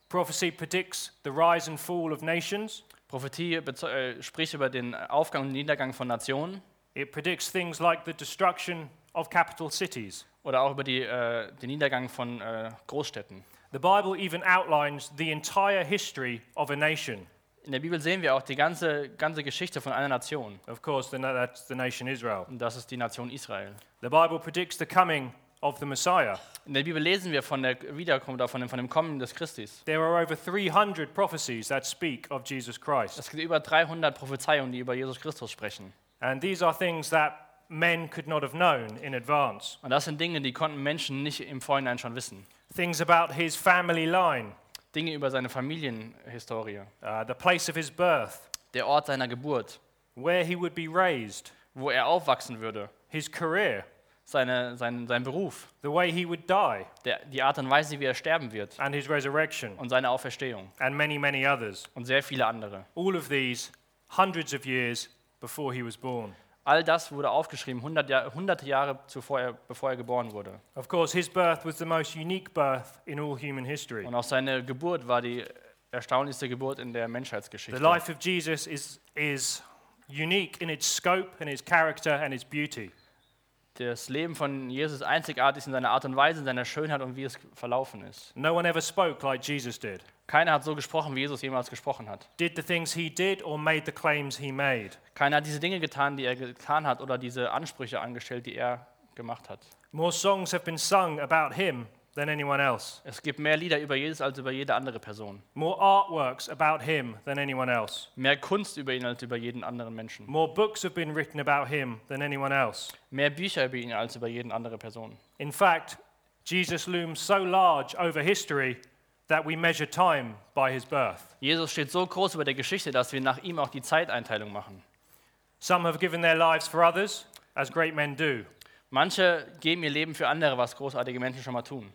[SPEAKER 1] Prophecy predicts the rise and fall of nations.
[SPEAKER 2] Prophetie bezeu- äh, spricht über den Aufgang und Niedergang von Nationen
[SPEAKER 1] It predicts things like the destruction of capital cities,
[SPEAKER 2] oder auch über die, äh, den Niedergang von äh, Großstädten.
[SPEAKER 1] The Bible even outlines the entire history of a nation.
[SPEAKER 2] In der Bibel sehen wir auch die ganze, ganze Geschichte von einer Nation.
[SPEAKER 1] Of course, the, na- that's the nation Israel.
[SPEAKER 2] Und das ist die Nation Israel.
[SPEAKER 1] The Bible predicts the coming of the Messiah.
[SPEAKER 2] In der Bibel lesen wir von der Wiederkunft oder von dem, von dem Kommen des Christus.
[SPEAKER 1] There are over 300 prophecies that speak of Jesus Christ.
[SPEAKER 2] Es gibt über 300 Prophezeiungen, die über Jesus Christus sprechen.
[SPEAKER 1] And these are things that men could not have known in advance.
[SPEAKER 2] Und das sind Dinge, die konnten Menschen nicht im Vorhinein schon wissen.
[SPEAKER 1] Things about his family line,
[SPEAKER 2] Dinge über seine Familienhistorie,
[SPEAKER 1] uh, the place of his birth,
[SPEAKER 2] der Ort seiner Geburt,
[SPEAKER 1] where he would be raised,
[SPEAKER 2] wo er aufwachsen würde,
[SPEAKER 1] his career,
[SPEAKER 2] seine, sein, sein Beruf,
[SPEAKER 1] the way he would die,
[SPEAKER 2] der, die Art und Weise, wie er sterben wird
[SPEAKER 1] and his resurrection,
[SPEAKER 2] und seine Auferstehung
[SPEAKER 1] and many, many others.
[SPEAKER 2] und sehr viele andere.
[SPEAKER 1] All of these hundreds of years before he was born.
[SPEAKER 2] All das wurde aufgeschrieben, 100 Jahr, hunderte Jahre zuvor, er, bevor er geboren wurde.
[SPEAKER 1] Of course, his birth was the most unique birth in all human history.
[SPEAKER 2] Und auch seine Geburt war die erstaunlichste Geburt in der
[SPEAKER 1] The
[SPEAKER 2] Menschheitsgeschichte.
[SPEAKER 1] life of Jesus is, is unique in its scope and its character and its beauty.
[SPEAKER 2] Das Leben von Jesus ist einzigartig in seiner Art und Weise, in seiner Schönheit und wie es verlaufen ist.
[SPEAKER 1] No one ever spoke like Jesus did,
[SPEAKER 2] Keiner hat so gesprochen, wie Jesus jemals gesprochen hat.
[SPEAKER 1] did the things he did, or made the claims he made.
[SPEAKER 2] Keiner hat diese Dinge getan, die er getan hat, oder diese Ansprüche angestellt, die er gemacht hat.
[SPEAKER 1] More songs have been sung about him than anyone else,
[SPEAKER 2] Es gibt mehr Lieder über Jesus als über jede andere Person.
[SPEAKER 1] more artworks about him than anyone else,
[SPEAKER 2] Mehr Kunst über ihn als über jeden anderen Menschen.
[SPEAKER 1] more books have been written about him than anyone else.
[SPEAKER 2] Mehr Bücher über ihn als über jeden andere Person.
[SPEAKER 1] In fact, Jesus looms so large over history that we measure time by his birth.
[SPEAKER 2] Jesus steht so groß über der Geschichte, dass wir nach ihm auch die Zeiteinteilung machen.
[SPEAKER 1] Some have given their lives for others, as great men do,
[SPEAKER 2] Manche geben ihr Leben für andere, was großartige Menschen schon mal tun.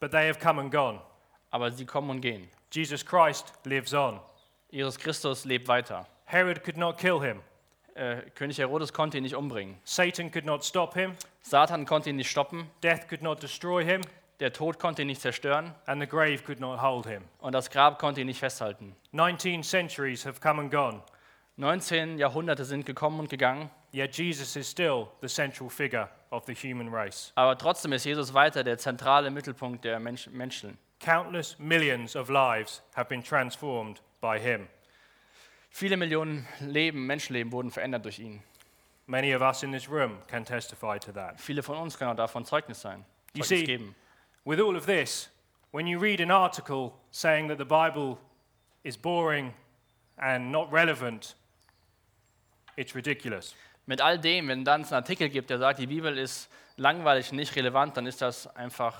[SPEAKER 1] but they have come and gone.
[SPEAKER 2] Aber sie kommen und gehen.
[SPEAKER 1] Jesus Christ lives on.
[SPEAKER 2] Jesus Christus lebt weiter.
[SPEAKER 1] Herod could not kill him.
[SPEAKER 2] Äh, König Herodes konnte ihn nicht umbringen.
[SPEAKER 1] Satan could not stop him.
[SPEAKER 2] Satan konnte ihn nicht stoppen.
[SPEAKER 1] Death could not destroy him.
[SPEAKER 2] Der Tod konnte ihn nicht zerstören.
[SPEAKER 1] And the grave could not hold him.
[SPEAKER 2] Und das Grab konnte ihn nicht festhalten.
[SPEAKER 1] 19 centuries have come and gone,
[SPEAKER 2] 19 Jahrhunderte sind gekommen und gegangen.
[SPEAKER 1] yet Jesus is still the central figure of the human race.
[SPEAKER 2] Aber trotzdem ist Jesus weiter der zentrale Mittelpunkt der Mensch Menschen.
[SPEAKER 1] Countless millions of lives have been transformed by him.
[SPEAKER 2] Viele Millionen Leben, Menschenleben wurden verändert durch ihn.
[SPEAKER 1] Many of us in this room can testify to that.
[SPEAKER 2] Viele von uns können auch davon Zeugnis sein.
[SPEAKER 1] You
[SPEAKER 2] Zeugnis
[SPEAKER 1] see-
[SPEAKER 2] geben.
[SPEAKER 1] With all of this, when you read an article saying that the Bible is boring and not relevant, it's ridiculous.
[SPEAKER 2] Mit all dem, wenn dann es einen Artikel gibt, der sagt, die Bibel ist langweilig, nicht relevant, dann ist das einfach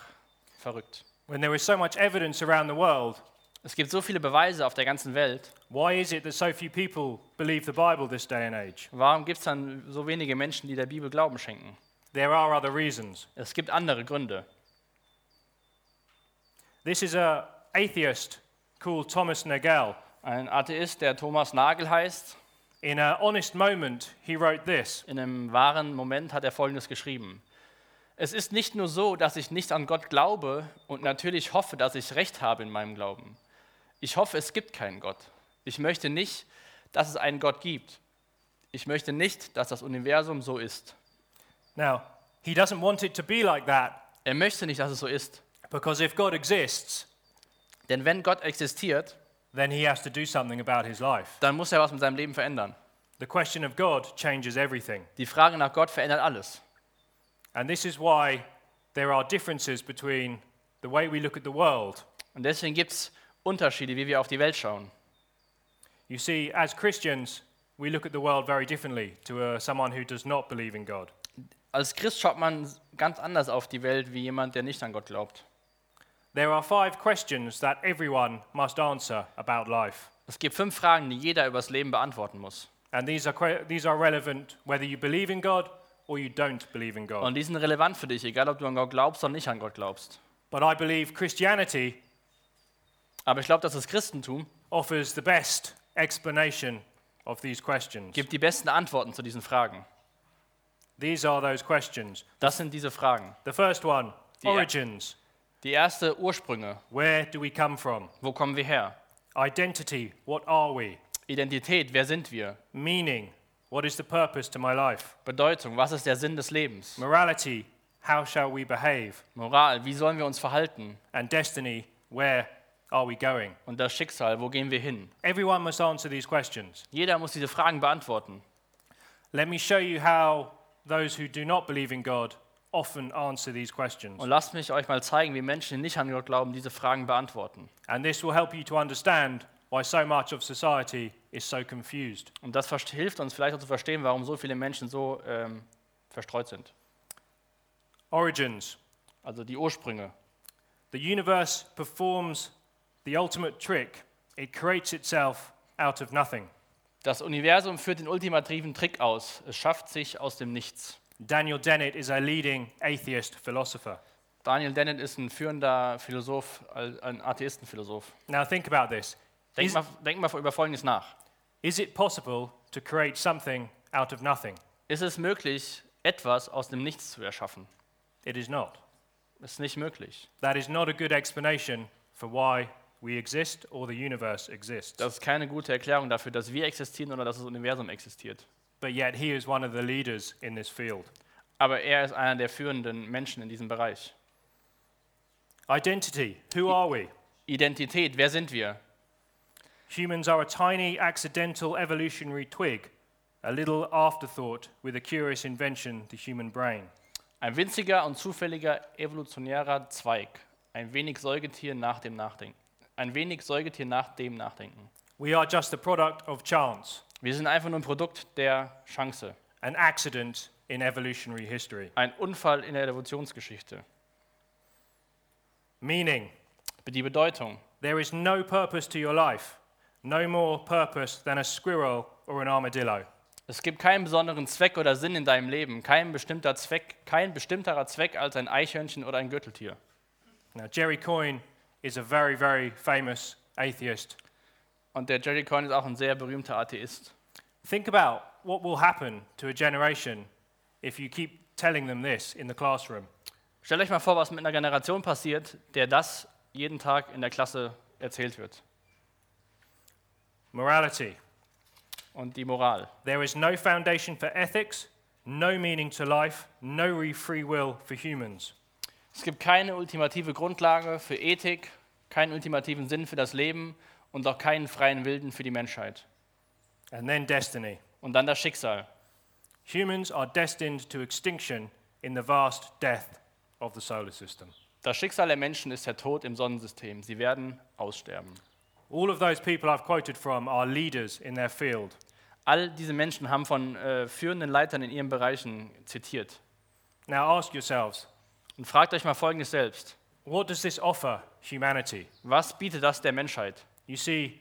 [SPEAKER 2] verrückt.
[SPEAKER 1] When there is so much evidence around the world,
[SPEAKER 2] Es gibt so viele Beweise auf der ganzen Welt.
[SPEAKER 1] why is it that so few people believe the Bible this day and age?
[SPEAKER 2] Warum gibt es dann so wenige Menschen, die der Bibel Glauben schenken?
[SPEAKER 1] There are other reasons.
[SPEAKER 2] Es gibt andere Gründe.
[SPEAKER 1] This is a atheist called Thomas Nagel.
[SPEAKER 2] Ein Atheist, der Thomas Nagel heißt,
[SPEAKER 1] In an honest moment, he wrote this.
[SPEAKER 2] In einem wahren Moment hat er Folgendes geschrieben. Es ist nicht nur so, dass ich nicht an Gott glaube und natürlich hoffe, dass ich recht habe in meinem Glauben. Ich hoffe, es gibt keinen Gott. Ich möchte nicht, dass es einen Gott gibt. Ich möchte nicht, dass das Universum so ist.
[SPEAKER 1] Now, he doesn't want it to be like that
[SPEAKER 2] Er möchte nicht, dass es so ist.
[SPEAKER 1] because if God exists,
[SPEAKER 2] Denn wenn Gott existiert,
[SPEAKER 1] then he has to do something about his life.
[SPEAKER 2] dann muss er was mit seinem Leben verändern.
[SPEAKER 1] The question of God changes everything.
[SPEAKER 2] Die Frage nach Gott verändert alles.
[SPEAKER 1] And this is why there are differences between the way we look at the world.
[SPEAKER 2] Und deswegen gibt es Unterschiede, wie wir auf die Welt schauen.
[SPEAKER 1] You see, as Christians, we look at the world very differently to uh, someone who does not believe in God.
[SPEAKER 2] Als Christ schaut man ganz anders auf die Welt wie jemand, der nicht an Gott glaubt.
[SPEAKER 1] There are five questions that everyone must answer about life.
[SPEAKER 2] Es gibt fünf Fragen, die jeder übers Leben beantworten muss.
[SPEAKER 1] And these are, que- these are relevant whether you believe in God or you don't believe in God.
[SPEAKER 2] Und die sind relevant für dich, egal ob du an Gott glaubst oder nicht an Gott glaubst.
[SPEAKER 1] But I believe Christianity
[SPEAKER 2] Aber ich glaube, dass das Christentum
[SPEAKER 1] offers the best explanation of these questions.
[SPEAKER 2] gibt die besten Antworten zu diesen Fragen.
[SPEAKER 1] These are those questions.
[SPEAKER 2] Das sind diese Fragen.
[SPEAKER 1] The first one
[SPEAKER 2] Yeah.
[SPEAKER 1] origins.
[SPEAKER 2] Die erste Ursprünge.
[SPEAKER 1] Where do we come from?
[SPEAKER 2] Wo kommen wir her?
[SPEAKER 1] Identity. What are we?
[SPEAKER 2] Identität. Wer sind wir?
[SPEAKER 1] Meaning. What is the purpose to my life?
[SPEAKER 2] Bedeutung. Was ist der Sinn des Lebens?
[SPEAKER 1] Morality. how shall we behave?
[SPEAKER 2] Moral, wie sollen wir uns verhalten?
[SPEAKER 1] And destiny, where are we going?
[SPEAKER 2] Und das Schicksal, wo gehen wir hin?
[SPEAKER 1] Everyone must answer these questions.
[SPEAKER 2] Jeder muss diese Fragen beantworten.
[SPEAKER 1] Let me show you how those who do not believe in God often answer these questions.
[SPEAKER 2] Und lasst mich euch mal zeigen, wie Menschen, die nicht an Gott glauben, diese Fragen beantworten.
[SPEAKER 1] And this will help you to understand why so much of society is so confused.
[SPEAKER 2] Und das verst- hilft uns vielleicht auch zu verstehen, warum so viele Menschen so ähm, verstreut sind.
[SPEAKER 1] Origins.
[SPEAKER 2] Also die Ursprünge.
[SPEAKER 1] The universe performs the ultimate trick, it creates itself out of nothing.
[SPEAKER 2] Das Universum führt den ultimativen Trick aus. Es schafft sich aus dem Nichts.
[SPEAKER 1] Daniel Dennett is a leading atheist philosopher.
[SPEAKER 2] Daniel Dennett ist ein führender Philosoph, al- ein Atheistenphilosoph.
[SPEAKER 1] Now, think about this.
[SPEAKER 2] Denk
[SPEAKER 1] Ist-
[SPEAKER 2] mal, denk mal über Folgendes nach.
[SPEAKER 1] Is it possible to create something out of nothing?
[SPEAKER 2] Ist es möglich, etwas aus dem Nichts zu erschaffen?
[SPEAKER 1] It is not.
[SPEAKER 2] Ist nicht möglich.
[SPEAKER 1] That is not a good explanation for why we exist or the universe exists.
[SPEAKER 2] Das ist keine gute Erklärung dafür, dass wir existieren oder dass das Universum existiert.
[SPEAKER 1] But yet, he is one of the leaders in this field.
[SPEAKER 2] Aber er ist einer der führenden Menschen in diesem Bereich.
[SPEAKER 1] Identity. Who are we?
[SPEAKER 2] Identität, wer sind wir?
[SPEAKER 1] Humans are a tiny, accidental evolutionary twig, a little afterthought with a curious invention, the human brain.
[SPEAKER 2] Ein winziger und zufälliger evolutionärer Zweig. Ein wenig Säugetier nach dem Nachdenken. Ein wenig Säugetier nach dem Nachdenken.
[SPEAKER 1] We are just the product of chance,
[SPEAKER 2] Wir sind einfach nur ein Produkt der Chance.
[SPEAKER 1] an accident in evolutionary history.
[SPEAKER 2] Ein Unfall in der Evolutionsgeschichte.
[SPEAKER 1] Meaning.
[SPEAKER 2] Die Bedeutung.
[SPEAKER 1] There is no purpose to your life, no more purpose than a squirrel or an armadillo.
[SPEAKER 2] Es gibt keinen besonderen Zweck oder Sinn in deinem Leben. Kein bestimmter Zweck, kein bestimmterer Zweck als ein Eichhörnchen oder ein Gürteltier.
[SPEAKER 1] Now, Jerry Coyne is a very, very famous atheist.
[SPEAKER 2] Und der Jerry Coyne ist auch ein sehr berühmter Atheist.
[SPEAKER 1] Think about what will happen to a generation if you keep telling them this in the classroom.
[SPEAKER 2] Stellt euch mal vor, was mit einer Generation passiert, der das jeden Tag in der Klasse erzählt wird.
[SPEAKER 1] Morality.
[SPEAKER 2] Und die Moral.
[SPEAKER 1] There is no foundation for ethics, no meaning to life, no re- free will for humans.
[SPEAKER 2] Es gibt keine ultimative Grundlage für Ethik, keinen ultimativen Sinn für das Leben und auch keinen freien Wilden für die Menschheit.
[SPEAKER 1] And then destiny.
[SPEAKER 2] Und dann das Schicksal.
[SPEAKER 1] Humans are destined to extinction in the vast death of the solar system.
[SPEAKER 2] Das Schicksal der Menschen ist der Tod im Sonnensystem. Sie werden aussterben.
[SPEAKER 1] All of those people I've quoted from are leaders in their field.
[SPEAKER 2] All diese Menschen haben von äh, führenden Leitern in ihren Bereichen zitiert.
[SPEAKER 1] Now ask yourselves,
[SPEAKER 2] Und fragt euch mal Folgendes selbst.
[SPEAKER 1] what does this offer humanity?
[SPEAKER 2] Was bietet das der Menschheit?
[SPEAKER 1] You see,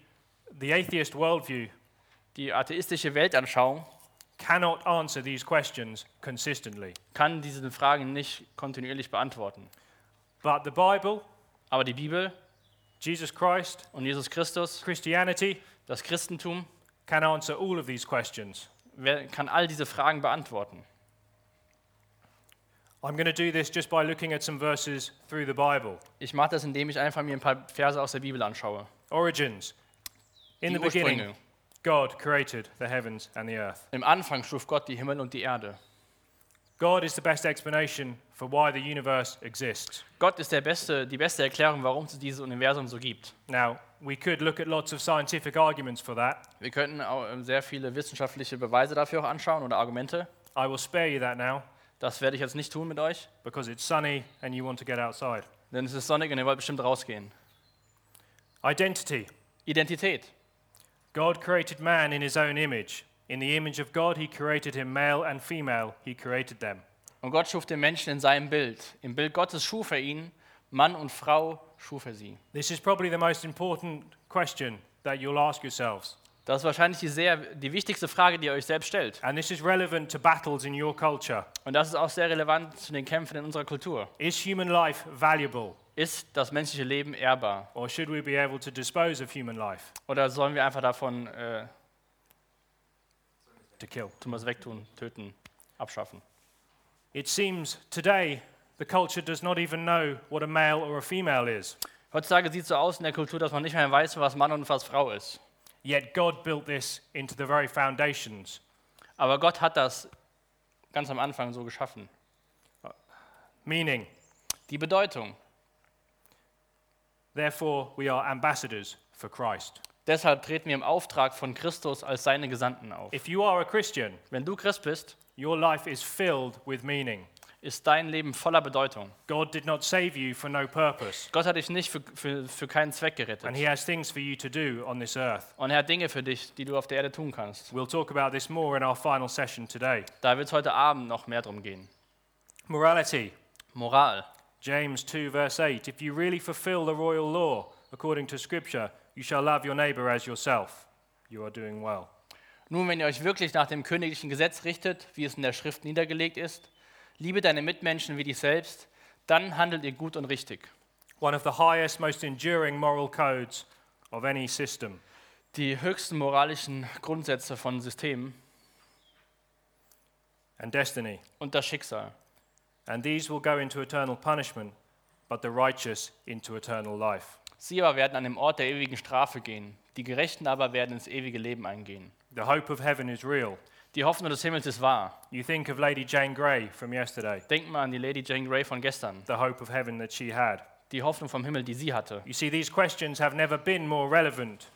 [SPEAKER 1] the atheist worldview
[SPEAKER 2] Die atheistische Weltanschauung
[SPEAKER 1] cannot answer these questions consistently.
[SPEAKER 2] kann diese Fragen nicht kontinuierlich beantworten.
[SPEAKER 1] But the Bible,
[SPEAKER 2] Aber die Bibel
[SPEAKER 1] Jesus Christ,
[SPEAKER 2] und Jesus Christus,
[SPEAKER 1] Christianity
[SPEAKER 2] das Christentum,
[SPEAKER 1] can answer all of these questions.
[SPEAKER 2] wer- kann all diese Fragen beantworten.
[SPEAKER 1] I'm going to do this just by looking at some verses through the Bible.
[SPEAKER 2] Ich mache das, indem ich einfach mir ein paar Verse aus der Bibel anschaue.
[SPEAKER 1] Origins. In the
[SPEAKER 2] die
[SPEAKER 1] beginning,
[SPEAKER 2] Ursprünge.
[SPEAKER 1] God created the heavens and the earth.
[SPEAKER 2] Im Anfang schuf Gott die Himmel und die Erde.
[SPEAKER 1] God is the best explanation for why the universe exists.
[SPEAKER 2] Gott ist der beste, die beste Erklärung, warum es dieses Universum so gibt.
[SPEAKER 1] Now, we could look at lots of scientific arguments for that.
[SPEAKER 2] Wir könnten auch ähm, sehr viele wissenschaftliche Beweise dafür auch anschauen oder Argumente.
[SPEAKER 1] I will spare you that now
[SPEAKER 2] Das werde ich jetzt nicht tun mit euch,
[SPEAKER 1] because it's sunny and you want to get outside.
[SPEAKER 2] denn es ist sonnig und ihr wollt bestimmt rausgehen.
[SPEAKER 1] Identity.
[SPEAKER 2] Identität.
[SPEAKER 1] God created man in his own image. In the image of God, he created him, male and female, he created them.
[SPEAKER 2] Und Gott schuf den Menschen in seinem Bild. Im Bild Gottes schuf er ihn, Mann und Frau schuf er sie.
[SPEAKER 1] This is probably the most important question that you'll ask yourselves.
[SPEAKER 2] Das ist wahrscheinlich die, sehr, die wichtigste Frage, die ihr euch selbst stellt.
[SPEAKER 1] And this is relevant to battles in your culture.
[SPEAKER 2] Und das ist auch sehr relevant zu den Kämpfen in unserer Kultur.
[SPEAKER 1] Is human life valuable,
[SPEAKER 2] Ist das menschliche Leben ehrbar?
[SPEAKER 1] or should we be able to dispose of human life
[SPEAKER 2] Oder sollen wir einfach davon äh,
[SPEAKER 1] to kill?
[SPEAKER 2] tun wir es wegtun, töten, abschaffen?
[SPEAKER 1] It seems today the culture does not even know what a male or a female is.
[SPEAKER 2] Heutzutage sieht es so aus in der Kultur, dass man nicht mehr weiß, was Mann und was Frau ist.
[SPEAKER 1] Yet God built this into the very foundations.
[SPEAKER 2] Aber Gott hat das ganz am Anfang so geschaffen.
[SPEAKER 1] Meaning,
[SPEAKER 2] die Bedeutung.
[SPEAKER 1] therefore, we are ambassadors for Christ.
[SPEAKER 2] Deshalb treten wir im Auftrag von Christus als seine Gesandten auf.
[SPEAKER 1] If you are a Christian,
[SPEAKER 2] Wenn du Christ bist,
[SPEAKER 1] your life is filled with meaning.
[SPEAKER 2] ist dein Leben voller Bedeutung.
[SPEAKER 1] God did not save you for no purpose,
[SPEAKER 2] Gott hat dich nicht für, für, für keinen Zweck
[SPEAKER 1] and
[SPEAKER 2] gerettet.
[SPEAKER 1] He has things for you to do on this earth.
[SPEAKER 2] Und er hat Dinge für dich, die du auf der Erde tun kannst.
[SPEAKER 1] We'll talk about this more in our final session today.
[SPEAKER 2] Da wird es heute Abend noch mehr drum gehen.
[SPEAKER 1] Morality,
[SPEAKER 2] Moral.
[SPEAKER 1] James 2, verse 8. If you really fulfill the royal law according to Scripture, you shall love your neighbor as yourself. You are doing well.
[SPEAKER 2] Nun, wenn ihr euch wirklich nach dem königlichen Gesetz richtet, wie es in der Schrift niedergelegt ist, liebe deine Mitmenschen wie dich selbst, dann handelt ihr gut und richtig.
[SPEAKER 1] One of the highest, most enduring moral codes of any system.
[SPEAKER 2] Die höchsten moralischen Grundsätze von Systemen
[SPEAKER 1] and destiny.
[SPEAKER 2] und das Schicksal.
[SPEAKER 1] And these will go into eternal punishment, but the righteous into eternal life.
[SPEAKER 2] Sie aber werden an dem Ort der ewigen Strafe gehen, die Gerechten aber werden ins ewige Leben eingehen.
[SPEAKER 1] The hope of heaven is real.
[SPEAKER 2] Die Hoffnung des Himmels ist wahr.
[SPEAKER 1] You think of Lady Jane Grey from yesterday,
[SPEAKER 2] Denkt mal an die Lady Jane Grey von gestern,
[SPEAKER 1] the hope of heaven that she had.
[SPEAKER 2] die Hoffnung vom Himmel, die sie hatte.
[SPEAKER 1] You see, these questions have never been more relevant.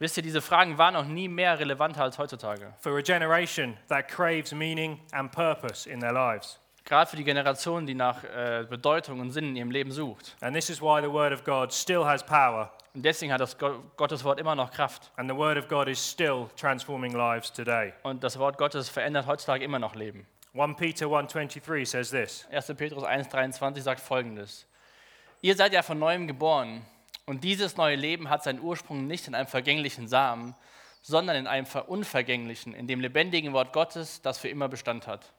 [SPEAKER 2] Wisst ihr, diese Fragen waren noch nie mehr relevanter als heutzutage.
[SPEAKER 1] For a generation that craves meaning and purpose in their lives.
[SPEAKER 2] Gerade für die Generation, die nach äh, Bedeutung und Sinn in ihrem Leben sucht.
[SPEAKER 1] And this is why the Word of God still has power,
[SPEAKER 2] Und deswegen hat das Go- Gottes Wort immer noch Kraft.
[SPEAKER 1] and the Word of God is still transforming lives today.
[SPEAKER 2] Und das Wort Gottes verändert heutzutage immer noch Leben.
[SPEAKER 1] 1 Peter 1:23 says this:
[SPEAKER 2] 1. Petrus 1,23 sagt folgendes: Ihr seid ja von neuem geboren, und dieses neue Leben hat seinen Ursprung nicht in einem vergänglichen Samen, sondern in einem ver- unvergänglichen, in dem lebendigen Wort Gottes, das für immer Bestand hat.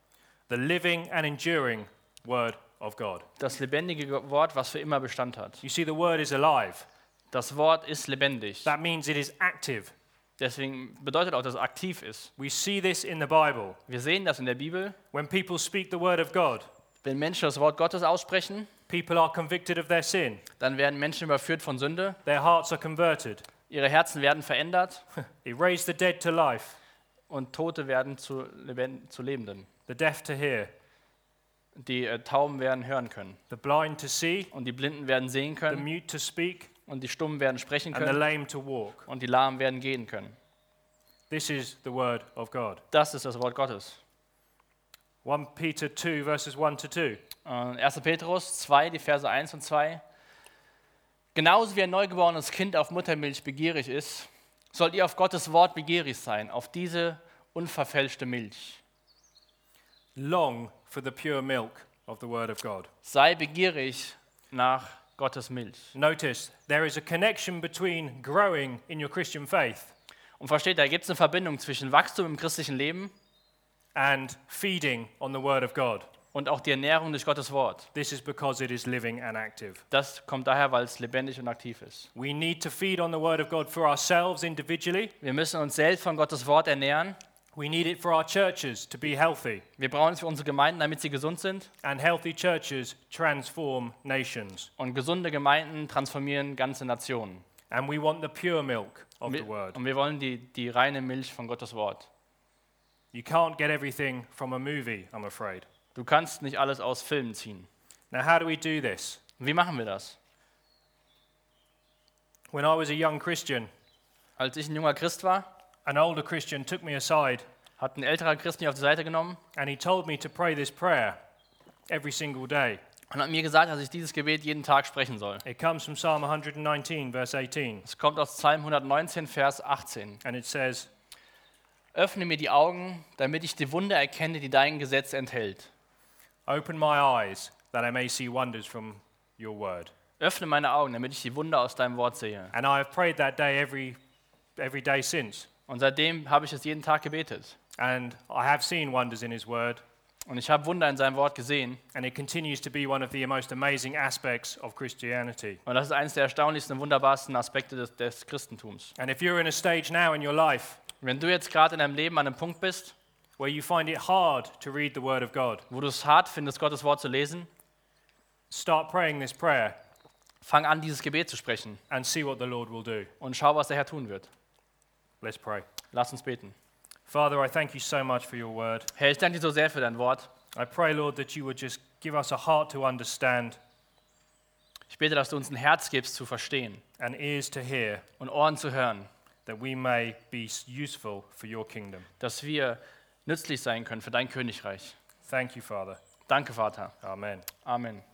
[SPEAKER 1] "The living and enduring Word of God."
[SPEAKER 2] Das lebendige Ge- Wort, was für immer Bestand hat.
[SPEAKER 1] You see, the Word is alive.
[SPEAKER 2] Das Wort ist lebendig.
[SPEAKER 1] That means it is active.
[SPEAKER 2] Deswegen bedeutet auch, dass es aktiv ist.
[SPEAKER 1] We see this in the Bible.
[SPEAKER 2] Wir sehen das in der Bibel.
[SPEAKER 1] When people speak the word of God,
[SPEAKER 2] Wenn Menschen das Wort Gottes aussprechen,
[SPEAKER 1] people are convicted of their sin,
[SPEAKER 2] dann werden Menschen überführt von Sünde,
[SPEAKER 1] their hearts are converted.
[SPEAKER 2] ihre Herzen werden verändert *laughs*
[SPEAKER 1] It raised the dead to life,
[SPEAKER 2] und Tote werden zu, Leben- zu Lebenden.
[SPEAKER 1] the deaf to hear,
[SPEAKER 2] Die äh, Tauben werden hören können.
[SPEAKER 1] the blind to see,
[SPEAKER 2] Und die Blinden werden sehen
[SPEAKER 1] the
[SPEAKER 2] können.
[SPEAKER 1] mute to speak,
[SPEAKER 2] Und die Stummen werden sprechen
[SPEAKER 1] and the
[SPEAKER 2] können.
[SPEAKER 1] lame to walk.
[SPEAKER 2] Und die Lahmen werden gehen können.
[SPEAKER 1] This is the word of God.
[SPEAKER 2] Das ist das Wort Gottes.
[SPEAKER 1] 1 Peter 2, verses 1 to 2.
[SPEAKER 2] Äh, 1. Petrus 2, die Verse 1 und 2. Genauso wie ein neugeborenes Kind auf Muttermilch begierig ist, sollt ihr auf Gottes Wort begierig sein, auf diese unverfälschte Milch.
[SPEAKER 1] Long for the pure milk of the word of God.
[SPEAKER 2] Sei begierig nach Gottes Milch.
[SPEAKER 1] Notice there is a connection between growing in your Christian faith
[SPEAKER 2] Und versteht, da gibt es eine Verbindung zwischen Wachstum im christlichen Leben
[SPEAKER 1] and feeding on the word of God.
[SPEAKER 2] und auch die Ernährung durch Gottes Wort.
[SPEAKER 1] This is because it is living and active.
[SPEAKER 2] Das kommt daher, weil es lebendig und aktiv ist.
[SPEAKER 1] We need to feed on the Word of God for ourselves individually.
[SPEAKER 2] Wir müssen uns selbst von Gottes Wort ernähren.
[SPEAKER 1] We need it for our churches to be healthy,
[SPEAKER 2] Wir brauchen es für unsere Gemeinden, damit sie gesund sind.
[SPEAKER 1] and healthy churches transform nations.
[SPEAKER 2] Und gesunde Gemeinden transformieren ganze Nationen.
[SPEAKER 1] And we want the pure milk of
[SPEAKER 2] Und
[SPEAKER 1] the
[SPEAKER 2] wir,
[SPEAKER 1] Word.
[SPEAKER 2] und wir wollen die, die reine Milch von Gottes Wort.
[SPEAKER 1] You can't get everything from a movie, I'm afraid.
[SPEAKER 2] Du kannst nicht alles aus Filmen ziehen.
[SPEAKER 1] Now, how do we do this?
[SPEAKER 2] Und Wie machen wir das?
[SPEAKER 1] When I was a young Christian,
[SPEAKER 2] Als ich ein junger Christ war,
[SPEAKER 1] an older Christian took me aside
[SPEAKER 2] hat ein älterer Christ mich auf die Seite genommen
[SPEAKER 1] and he told me to pray this prayer every single day.
[SPEAKER 2] und hat mir gesagt, dass ich dieses Gebet jeden Tag sprechen soll.
[SPEAKER 1] It comes from Psalm 119, verse 18,
[SPEAKER 2] Es kommt aus Psalm 119, Vers 18.
[SPEAKER 1] and it says,
[SPEAKER 2] Öffne mir die Augen, damit ich die Wunder erkenne, die dein Gesetz enthält.
[SPEAKER 1] Open my eyes that I may see wonders from your word.
[SPEAKER 2] Öffne meine Augen, damit ich die Wunder aus deinem Wort sehe.
[SPEAKER 1] And I have prayed that day every, every day since.
[SPEAKER 2] Und seitdem habe ich es jeden Tag gebetet.
[SPEAKER 1] And I have seen wonders in his word.
[SPEAKER 2] Und ich habe Wunder in seinem Wort gesehen.
[SPEAKER 1] And it continues to be one of the most amazing aspects of Christianity.
[SPEAKER 2] Und das ist eines der erstaunlichsten und wunderbarsten Aspekte des, des Christentums.
[SPEAKER 1] And if you're in a stage now in your life
[SPEAKER 2] Wenn du jetzt gerade in deinem Leben an einem Punkt bist,
[SPEAKER 1] where you find it hard to read the word of God,
[SPEAKER 2] wo du es hart findest, Gottes Wort zu lesen,
[SPEAKER 1] start praying this prayer
[SPEAKER 2] fang an, dieses Gebet zu sprechen
[SPEAKER 1] and see what the Lord will do.
[SPEAKER 2] und schau, was der Herr tun wird.
[SPEAKER 1] Let's pray.
[SPEAKER 2] Lass uns beten.
[SPEAKER 1] Father, I thank you so much for your word.
[SPEAKER 2] Herr, ich danke dir so sehr für dein Wort.
[SPEAKER 1] I pray, Lord, that you would just Give us a heart to understand
[SPEAKER 2] Ich bete, dass du uns ein Herz gibst zu verstehen
[SPEAKER 1] and ears to hear,
[SPEAKER 2] und Ohren zu hören,
[SPEAKER 1] that we may be useful for your kingdom.
[SPEAKER 2] dass wir nützlich sein können für dein Königreich.
[SPEAKER 1] Thank you, Father.
[SPEAKER 2] Danke, Vater.
[SPEAKER 1] Amen.
[SPEAKER 2] Amen.